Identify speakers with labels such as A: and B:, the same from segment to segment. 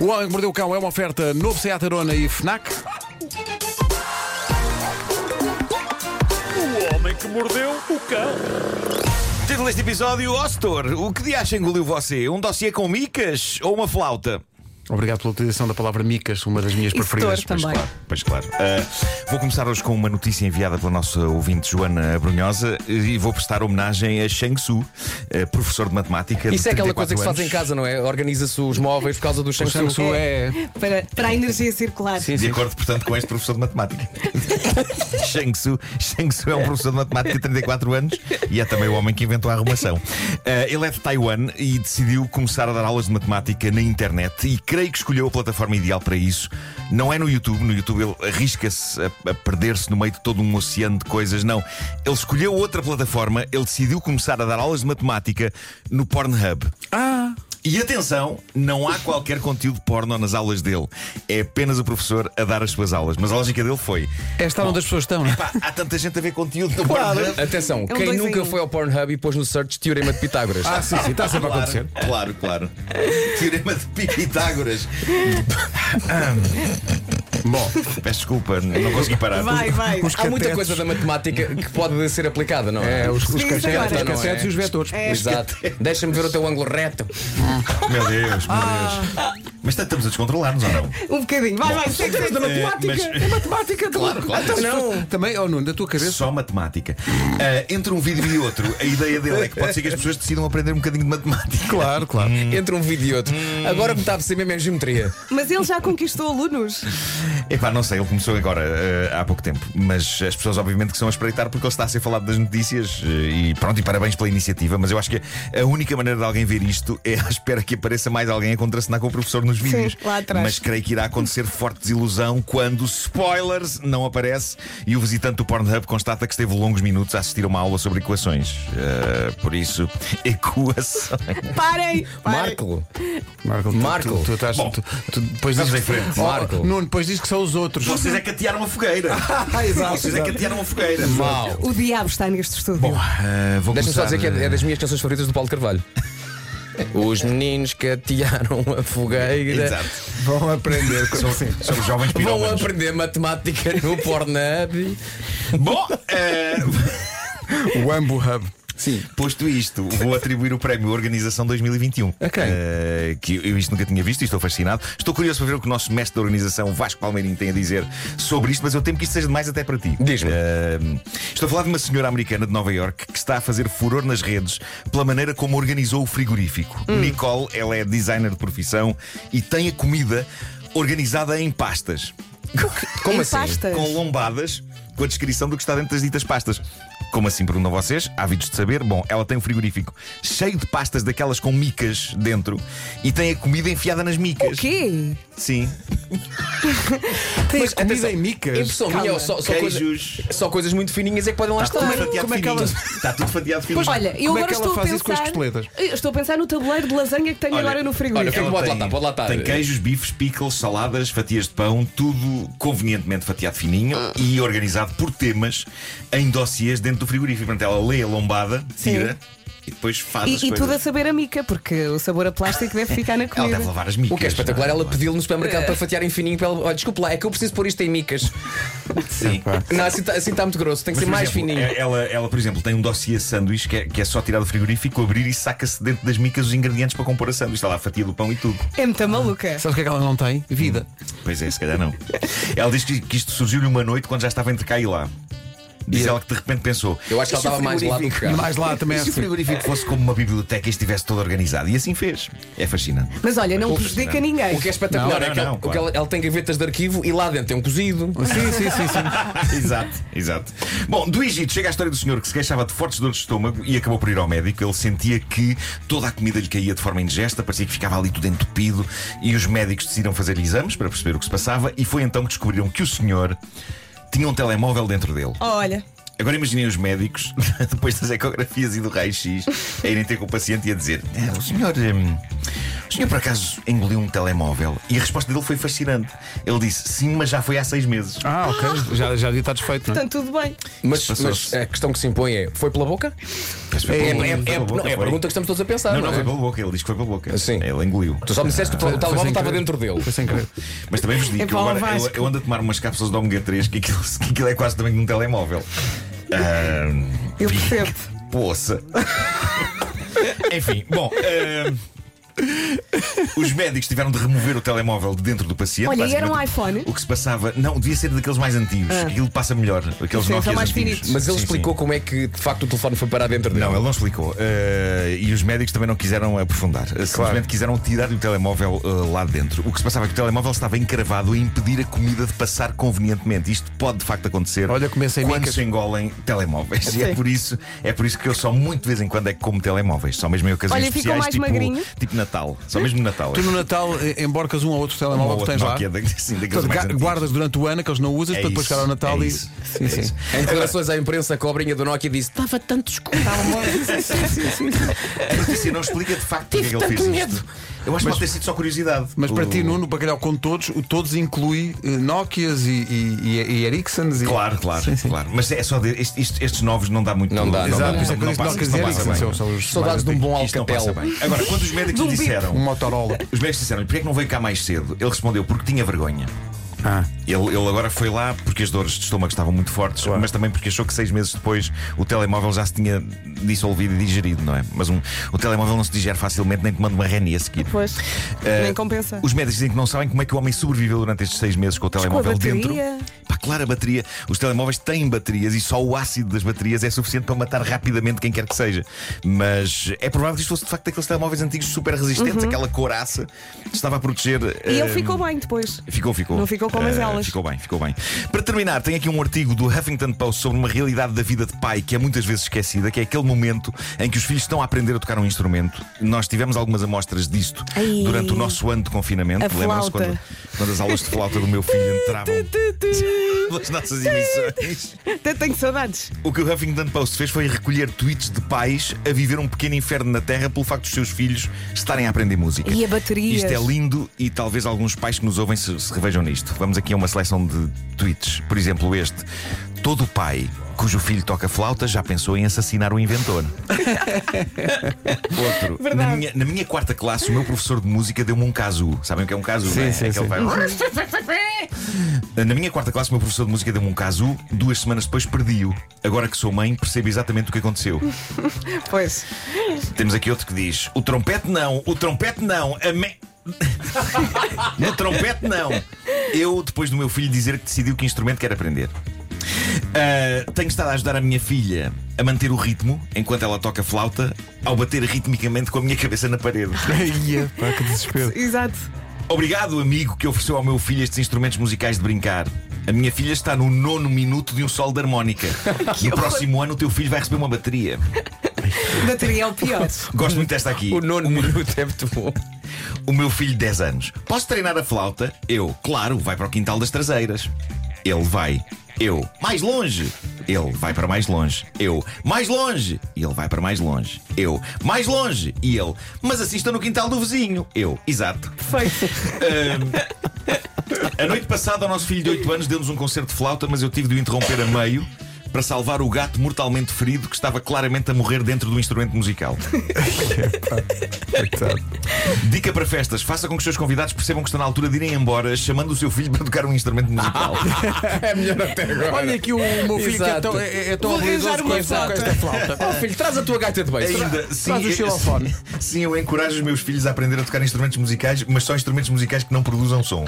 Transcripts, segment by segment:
A: O Homem que Mordeu o Cão é uma oferta novo Seat Arona e FNAC.
B: O homem que mordeu o cão.
C: Título deste episódio: Ostor, o que de acha engoliu você? Um dossiê com micas ou uma flauta?
A: Obrigado pela utilização da palavra micas, uma das minhas
D: E
A: preferidas.
D: setor também.
C: Pois claro. Ah, vou começar hoje com uma notícia enviada pela nossa ouvinte Joana Brunhosa e vou prestar homenagem a Shang Tzu, eh, professor de matemática.
E: Isso
C: de
E: é aquela coisa que se
C: 34
E: faz em
C: anos.
E: casa, não é? Organiza-se os móveis por causa do
A: O
E: Shang
A: Shang
E: Tsung.
A: Tzu é.
D: Para, para a energia circular.
C: De acordo, portanto, com este professor de matemática. Shang Tzu, Shang Tzu é um professor de matemática de 34 anos e é também o homem que inventou a arrumação. Eh, ele é de Taiwan e decidiu começar a dar aulas de matemática na internet e creio que escolheu a plataforma ideal para isso. Não é no YouTube, no YouTube ele arrisca-se a, a perder-se no meio de todo um oceano de coisas, não. Ele escolheu outra plataforma, ele decidiu começar a dar aulas de matemática no Pornhub.
A: Ah,
C: E atenção, não há qualquer conteúdo porno nas aulas dele. É apenas o professor a dar as suas aulas. Mas a lógica dele foi:
A: Esta é onde as pessoas estão, não é?
C: pá, há tanta gente a ver conteúdo no Pornhub.
E: Atenção,
D: É um
E: quem
D: dois em
E: nunca
D: um.
E: foi ao Pornhub e pôs no search Teorema de Pitágoras?
A: Ah, sim, sim, está sempre a acontecer.
C: Claro, claro, claro. Teorema de Pitágoras.
A: Bom,
C: Peço desculpa, não consegui parar.
D: Vai, vai.
E: Há muita
A: catetos.
E: coisa da matemática que pode ser aplicada, não é?
A: é, os, os
D: Sim,
A: cassetes,
D: agora.
A: os
D: Não é?
A: cassetes e os vetores.
E: Exato. Deixa-me ver o teu ângulo reto.
C: Meu Deus, meu Deus. Mas estamos a descontrolar-nos ou não?
D: Um bocadinho. Vai, vai. segue, segue.
C: É, mas-
A: matemática,
C: Claro, claro.
D: Então,
A: não. Também, oh Nuno, da tua cabeça.
C: Só matemática. Ah, entre um vídeo e outro, a ideia dele é que pode ser que as pessoas decidam aprender um bocadinho de matemática.
A: Claro, claro.
E: Entre um vídeo e outro. Agora me está a perceber mesmo é geometria.
D: Mas ele já conquistou alunos.
C: Epá, não sei, ele começou agora eh, há pouco tempo, mas as pessoas obviamente que são a espreitar porque ele está a ser falado das notícias eh, e pronto, e parabéns pela iniciativa, mas eu acho que a única maneira de alguém ver isto é à espera que apareça mais alguém a contracenar com o professor nos vídeos.
D: lá atrás.
C: Mas creio que irá acontecer forte desilusão quando, spoilers, não aparece e o visitante do Pornhub constata que esteve longos minutos a assistir a uma aula sobre equações. Eh, por isso, equações.
D: Parem. parem.
E: Marco.
A: Marco, tu-
E: Marco.
A: tu- tu estás-
C: Bom,
A: tu- tu- depois
C: vamos
A: diz-
C: em frente.
A: Oh,
E: Marco.
A: Nuno, depois diz que são os outros.
C: Vocês é que atearam a fogueira.
A: exato,
C: Vocês é que
A: exato.
C: atearam a fogueira.
E: Mau.
D: O diabo está neste estúdio.
C: Bom, eh, vou
E: Deixa-me só
C: começar,
E: dizer que
C: eh,
E: é é das minhas canções favoritas do Paulo Carvalho. Os meninos que atearam a fogueira
C: Exato.
A: Vão aprender. como assim.
C: Somos jovens
E: vão
C: pirómanos.
E: aprender matemática no Pornhub.
C: Bom, eh,
A: O Ambo Hub.
E: Sim.
C: posto isto, vou atribuir o prémio Organização 2021.
E: A quem?
C: Eh, que eu isto nunca tinha visto e estou fascinado. Estou curioso para ver o que o nosso mestre da organização, Vasco Palmeirinho, tem a dizer sobre isto, mas eu temo que isto seja demais até para ti.
E: Diz-me.
C: Eh, estou a falar de uma senhora americana de Nova York que está a fazer furor nas redes pela maneira como organizou o frigorífico. Nicole, ela é designer de profissão e tem a comida organizada em pastas.
E: Como
D: Em
E: assim?
D: pastas.
C: com lombadas com a descrição do que está dentro das ditas pastas. Como assim perguntam vocês? Ávidos de saber? Bom, ela tem um frigorífico cheio de pastas daquelas com micas dentro e tem a comida enfiada nas
D: O
C: micas.
D: quê?
C: Sim.
A: Tens comida
E: atenção,
A: em
E: Em
A: micas.
E: pessoa minha,
D: Calma.
E: só, só, coisa,
C: Queijos.
E: só coisas muito fininhas é que podem lá
C: Está
E: estar.
C: tudo
D: Claro.
C: fatiado
A: Como é que
C: fininho.
A: elas-
C: Está tudo fatiado fininho.
D: Pois olha, eu
A: Como é
D: agora
A: que ela
D: estou a
A: faz isso com as
D: pensar.
A: costeletas?
D: Eu estou a pensar no tabuleiro de lasanha que tenho
C: Olha, é
D: agora no
E: olha,
D: frigorífico.
E: fica- pode lá estar, pode lá estar.
C: Tem queijos, bifes, pickles, saladas, fatias de pão, tudo convenientemente fatiado fininho e organizado por temas em dossiês dentro do frigorífico. Portanto, ela lê a lombada, tira e depois faz as
D: E, e
C: coisas.
D: tudo a saber a mica, porque o sabor a plástico deve ficar na
C: Ela
D: comida.
C: deve lavar as micas.
E: O que é espetacular,
C: não
E: ela pediu no supermercado
C: É.
E: para fatiar em fininho. Para ela, olha, desculpe lá, é que eu preciso pôr isto em micas.
C: Sim.
E: Não, assim está muito grosso, tem que
C: Mas,
E: ser
C: por exemplo,
E: mais fininho.
C: é- Ela, ela, por exemplo, tem um dossiê sanduíche que é, que é só tirar do frigorífico, abrir e saca-se dentro das micas os ingredientes para compor a sanduíche. Está lá a fatia do pão e tudo.
D: É muito maluca.
A: Sabes o que é que ela não tem? Vida.
C: Pois é, se calhar não. Ela diz que, que isto surgiu-lhe uma noite quando já estava entre cá e lá. Diz ela que de repente pensou.
E: Eu acho que ela
C: "E se o
E: estava mais lá do que
C: frigorífico-
E: cá.
A: Mas lá também é
C: e se o
A: assim.
C: frigorífico fosse como uma biblioteca e estivesse todo organizado. E assim fez. É fascinante.
D: Mas olha, não prejudica ninguém.
E: O que é espetacular
C: Não, não,
E: é que, ela,
C: não,
E: o
C: claro.
E: que ela, ela tem gavetas de arquivo e lá dentro tem um cozido.
A: Sim, sim, sim, sim.
C: exato, exato. Bom, do Egito chega a história do senhor que se queixava de fortes dores de estômago e acabou por ir ao médico. Ele sentia que toda a comida lhe caía de forma indigesta, parecia que ficava ali tudo entupido e os médicos decidiram fazer exames para perceber o que se passava e foi então que descobriram que o senhor tinha um telemóvel dentro dele.
D: Olha,
C: Agora imaginem os médicos, depois das ecografias e do raio-x, a irem ter com o paciente e a dizer: "Ah, O "É, senhor hum, O senhor, por acaso, engoliu um telemóvel? E a resposta dele foi fascinante. Ele disse: Sim, mas já foi há seis meses.
A: Ah, ok. Já, já devia estar desfeito, não é?
D: Portanto, tudo bem.
E: Mas,
C: Passou-se.
E: mas a questão que se impõe é: foi pela boca?
C: Mas foi
E: É, é, é,
C: pela-
E: é-
C: pela boca,
E: não, é a
C: foi.
E: pergunta que estamos todos a pensar.
C: Não,
E: não
C: não, foi
E: é?
C: pela boca. Ele disse que foi pela boca.
E: Sim.
C: Ele engoliu.
E: Tu só me disseste que o
A: Foi
E: telemóvel
A: sem
E: estava
A: querer.
E: dentro dele.
A: Foi sem querer.
C: Mas também vos digo,
D: É
C: que eu,
D: para o
C: agora, eu,
D: Vasco.
C: eu ando a tomar umas cápsulas de ômega 3 que aquilo, que aquilo é quase também um telemóvel. Ah,
D: Eu percebo.
C: Poça. Enfim, bom. ahm, os médicos tiveram de remover o telemóvel de dentro do paciente.
D: Olha, e era um
C: basicamente,
D: iPhone? Ah.
C: O que se passava. Não, devia ser daqueles mais antigos. Aquilo passa melhor. Aqueles
D: Sim, são
C: Nokias
D: mais
C: antigos.
D: finitos.
E: Mas ele
C: Sim,
E: explicou como é que de facto o telefone foi parar dentro dele.
C: Não, ele não explicou. Eh, e os médicos também não quiseram aprofundar. Eh, Simplesmente quiseram tirar-lhe o telemóvel eh, lá de dentro. O que se passava é que o telemóvel estava encravado a impedir a comida de passar convenientemente. Isto pode de facto acontecer
A: Olha, comecei
C: quando
A: micas.
C: se engolem telemóveis. E é
D: Sim.
C: por, isso, é por isso que eu só muito de vez em quando é que como telemóveis. Só mesmo em ocasiões
D: Olha, ficou
C: especiais,
D: mais magrinho.
C: tipo, tipo Natal. Só mesmo Natal.
A: Tu no Natal eh, embarcas um ou outro
C: Uma
A: telemóvel que
C: outra
A: tens lá.
C: Nokia da- sim, daqueles
A: Portanto,
C: mais
A: ga-
C: antigos.
A: guardas durante o ano que eles não usas
C: É
A: para depois
C: isso,
A: chegar ao Natal
C: é
A: e.
C: isso,
A: sim,
C: é
A: sim.
C: isso.
E: Em declarações à imprensa, a cobrinha do Nokia disse: "Tá, Estava tanto escuro.
C: A notícia assim, não explica de facto porque é que ele fez isto. Eu acho que pode ter sido só curiosidade.
A: Mas para
C: O-
A: ti, Nuno, o bacalhau com todos, o todos inclui eh, Nokias e, e, e- e Ericssons. E...
C: Claro, claro, claro. Mas é só de, isto- isto- estes novos não dá muito
E: Não dá, não dá.
A: Exato, por isso é que eu
C: não
A: disse
C: passa-
A: Nokias
C: isto
A: e
C: não passa
A: Ericssons.
C: bem.
A: São, são os
E: Saudades de um bom
C: Isto não passa
E: alcatel.
C: bem. Agora, quando os médicos lhe
A: Um
C: disseram,
A: Motorola.
C: os médicos disseram-lhe, porquê é que não veio cá mais cedo? Ele respondeu, porque tinha vergonha.
A: Ah.
C: Ele, ele agora foi lá porque as dores de estômago estavam muito fortes, mas também porque achou que seis meses depois o telemóvel já se tinha dissolvido e digerido, não é? Mas um- o telemóvel não se digere facilmente, nem tomando uma renia a seguir.
D: Pois.
C: Eh,
D: Nem é compensa.
C: Os médicos dizem que não sabem como é que o homem sobreviveu durante estes seis meses com o telemóvel dentro.
D: bateria.
C: Pá, claro, a bateria. Os telemóveis têm baterias e só o ácido das baterias é suficiente para matar rapidamente quem quer que seja. Mas é provável que isto fosse de facto aqueles telemóveis antigos super resistentes, aquela coraça estava a proteger.
D: Uhum. E ele ficou bem depois.
C: Ficou, ficou.
D: Não ficou com
C: Eh,
D: mazelas.
C: Ficou bem, ficou bem. Para terminar, tem aqui um artigo do Huffington Post sobre uma realidade da vida de pai que é muitas vezes esquecida, que é aquele momento em que os filhos estão a aprender a tocar um instrumento. Nós tivemos algumas amostras disto
D: Ai.
C: durante o nosso ano de confinamento.
D: A
C: Lembram-se
D: flauta.
C: quando, quando as aulas de flauta do meu filho entravam nas nossas emissões?
D: Até tenho saudades.
C: O que o Huffington Post fez foi recolher tweets de pais a viver um pequeno inferno na Terra pelo facto dos seus filhos estarem a aprender música.
D: E a baterias.
C: Isto é lindo e talvez alguns pais que nos ouvem se, se revejam nisto. Vamos aqui a uma seleção de tweets. Por exemplo, este. Todo pai cujo filho toca flauta já pensou em assassinar o inventor. Outro. Na minha, na minha quarta classe, o meu professor de música deu-me um casu. Sabem o que é um casu?
A: Sim,
C: não é?
A: sim,
C: É que ele
A: sim.
C: vai- na minha quarta classe, o meu professor de música deu-me um casu, duas semanas depois perdi-o. Agora que sou mãe, percebo exatamente o que aconteceu.
D: Pois.
C: Temos aqui outro que diz: o trompete não, o trompete não, a me... No trompete não. Eu, depois do meu filho dizer que decidiu que instrumento quer aprender. Ah, tenho estado a ajudar a minha filha a manter o ritmo enquanto ela toca flauta, ao bater ritmicamente com a minha cabeça na parede.
A: Ia, pá, que desespero.
D: Exato.
C: Obrigado, amigo, que ofereceu ao meu filho estes instrumentos musicais de brincar. A minha filha está no nono minuto de um solo de harmónica. No próximo ano o teu filho vai receber uma bateria.
D: Bateria é o pior.
C: Gosto muito desta aqui.
E: O nono minuto é muito bom.
C: O meu filho, 10 anos, posso treinar a flauta? Eu, claro, vai para o quintal das traseiras. Ele vai. Eu, mais longe. Ele vai para mais longe. Eu, mais longe. E ele vai para mais longe. Eu, mais longe. E ele, mas assista no quintal do vizinho. Eu, exato.
D: Perfeito.
C: Ahm, a noite passada, o nosso filho de 8 anos deu-nos um concerto de flauta, mas eu tive de o interromper a meio para salvar o gato mortalmente ferido que estava claramente a morrer dentro do instrumento musical. Dica para festas: faça com que os seus convidados percebam que estão na altura de irem embora, chamando o seu filho para tocar um instrumento musical.
A: Ah,
E: É melhor até agora.
A: Olha aqui o meu filho que é tão, é, é tão
D: Vou arranjar
A: habilidoso com É
D: uma
A: esta, com
D: flauta.
A: esta flauta.
E: Ó filho, traz a tua gaita de beijo.
C: Ainda, sim,
A: Traz o
C: eu-
A: xilofone.
C: sim, eu encorajo os meus filhos a aprender a tocar instrumentos musicais, mas só instrumentos musicais que não produzam som.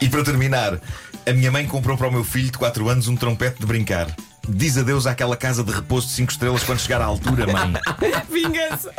C: E para terminar, a minha mãe comprou para o meu filho de 4 anos um trompete de brincar. Diz adeus àquela casa de repouso de 5 estrelas quando chegar à altura, mãe.
D: Vingança.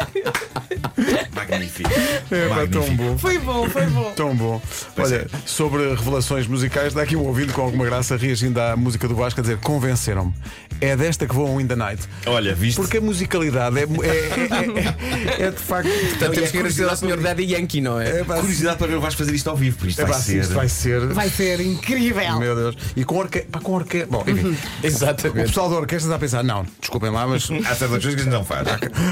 C: Magnífico.
A: É, pá,
C: Magnífico.
A: tão bom.
D: Foi bom, foi bom.
A: Tão bom.
C: Pois é.
A: Olha, sobre revelações musicais, dá aqui um ouvido com alguma graça reagindo à música do Vasco a dizer: convenceram-me. É desta que vou ao In the Night.
C: Olha, viste?
A: Porque a musicalidade é, é- é- é- é de facto.
E: Portanto, temos que agradecer ao senhor Daddy Yankee, não é?
A: É pá,
C: Curiosidade para ver, vais fazer isto ao vivo, por isto
A: é pá,
C: vai
A: sim,
C: ser.
A: isto vai ser.
D: Vai ser incrível.
A: Meu Deus. E com orquestra. Pá, com orque... Bom,
F: Uhum.
A: enfim. O
E: Exatamente.
A: pessoal da orquestra está a pensar: não, desculpem lá, mas.
C: Há certas coisas que a gente não faz.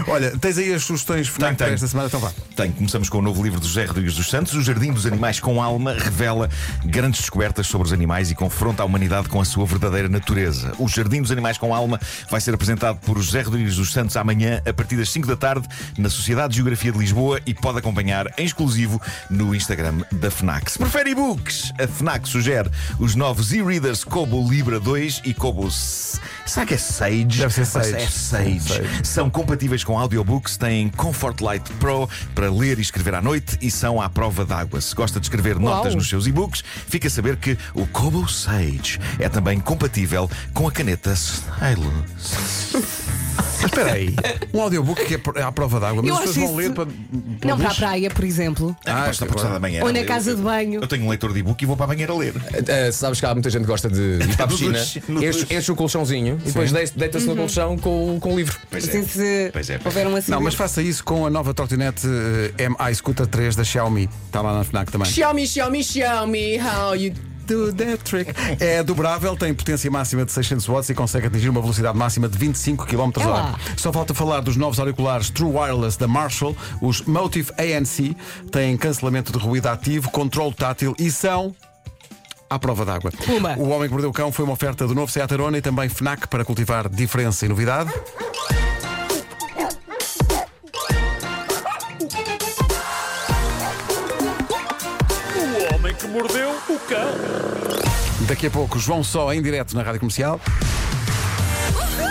A: Olha, tens aí as sugestões
C: Tenho,
A: finais
C: tenho,
A: esta semana, então vá.
C: Tem. Começamos com o novo livro do José Rodrigues dos Santos. O Jardim dos Animais com Alma revela grandes descobertas sobre os animais e confronta a humanidade com a sua verdadeira natureza. O Jardim dos Animais com Alma vai ser apresentado por José Rodrigues dos Santos amanhã, a partir das 5 da tarde, na Sociedade de Geografia de Lisboa e pode acompanhar em exclusivo no Instagram da FNAC. Se prefere e-books, a FNAC sugere os novos e-readers Kobo Libra 2 e Kobo. S- Será que é Sage?
A: Deve ser Sage.
C: É Sage. São compatíveis com audiobooks, têm Comfort Light Pro para ler e escrever à noite e são à prova d'água. Se gosta de escrever notas nos seus e-books, fica a saber que o Kobo Sage é também compatível com a caneta Stylus.
A: Mas espera aí, um audiobook que é pro- é à prova d'água, mas
F: Eu
A: as pessoas
F: acho
A: vão
F: isso-
A: ler para. para
F: Não, para a
A: luz?
F: praia, por exemplo.
C: Ah, está por causa da manhã.
F: Ou na
C: Eu-
F: é casa de banho.
C: Eu tenho um leitor de e-book e vou para a banheira ler.
E: Ah, sabes que há muita gente que gosta de ir para a
C: No
E: piscina,
C: duche, no
E: enche,
C: duche.
E: enche o colchãozinho e depois de- deita-se
A: Uhum.
E: no colchão com, com o livro.
C: Pois
F: Assim, se
C: Pois é. pois é.
F: houver um acidente.
A: Não, mas faça isso com a nova trotinete eh, MI Scooter 3 da Xiaomi. Está lá na FNAC também.
E: Xiaomi, Xiaomi, Xiaomi, how you.
A: Do that trick. É dobrável, tem potência máxima de 600 watts e consegue atingir uma velocidade máxima de 25 km
F: É
A: h
F: lá.
A: Só falta falar dos novos auriculares True Wireless da Marshall, os Motive ANC, têm cancelamento de ruído ativo, controle tátil e são. À prova d'água.
F: Puma.
A: O Homem que Mordeu o Cão foi uma oferta do novo Seat Arona e também FNAC para cultivar diferença e novidade.
B: O homem que mordeu o cão.
A: Daqui a pouco, João Só em direto na Rádio Comercial.
G: Uhul!